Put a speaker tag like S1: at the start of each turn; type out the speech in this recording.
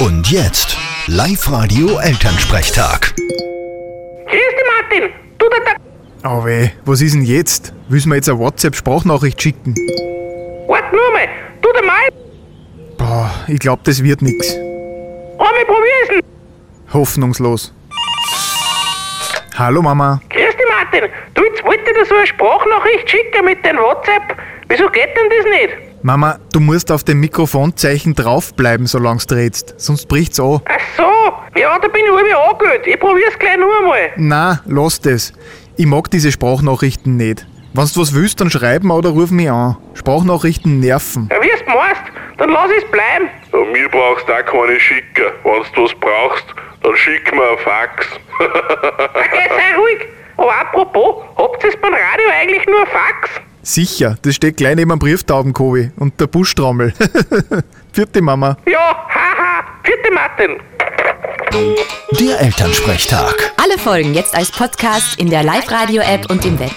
S1: Und jetzt, Live-Radio Elternsprechtag.
S2: Grüß dich, Martin. Du, der, der
S3: Oh weh, was ist denn jetzt? Willst du mir jetzt eine WhatsApp-Sprachnachricht schicken?
S2: warte nur mal. Du, der Mai,
S3: Boah, ich glaub, das wird nix.
S2: aber ich probier's ihn.
S3: Hoffnungslos. Hallo Mama.
S2: Grüß dich, Martin. Du, jetzt wollte ich dir so eine Sprachnachricht schicken mit deinem WhatsApp. Wieso geht denn das nicht?
S3: Mama, du musst auf dem Mikrofonzeichen draufbleiben, solange du redst, sonst bricht's an.
S2: Ach so. Ja, da bin ich irgendwie angehört. Ich probier's gleich nur einmal.
S3: Na, lass das. Ich mag diese Sprachnachrichten nicht. Wenn's was willst, dann schreib mir oder ruf mich an. Sprachnachrichten nerven.
S2: Ja, wie es meinst, dann lass es bleiben.
S4: Ja, Äh, mir brauchst du auch keine schicken. Wenn du was brauchst, dann schick mir ein Fax.
S2: Okay, sei ruhig. Aber apropos, habt ihr beim Radio eigentlich nur Fax?
S3: Sicher, das steht gleich neben dem Brieftaubenkobi und der Buschtrommel. Vierte Mama.
S2: Ja, haha. Vierte Martin.
S1: Der Elternsprechtag.
S5: Alle Folgen jetzt als Podcast in der Live-Radio-App und im Web.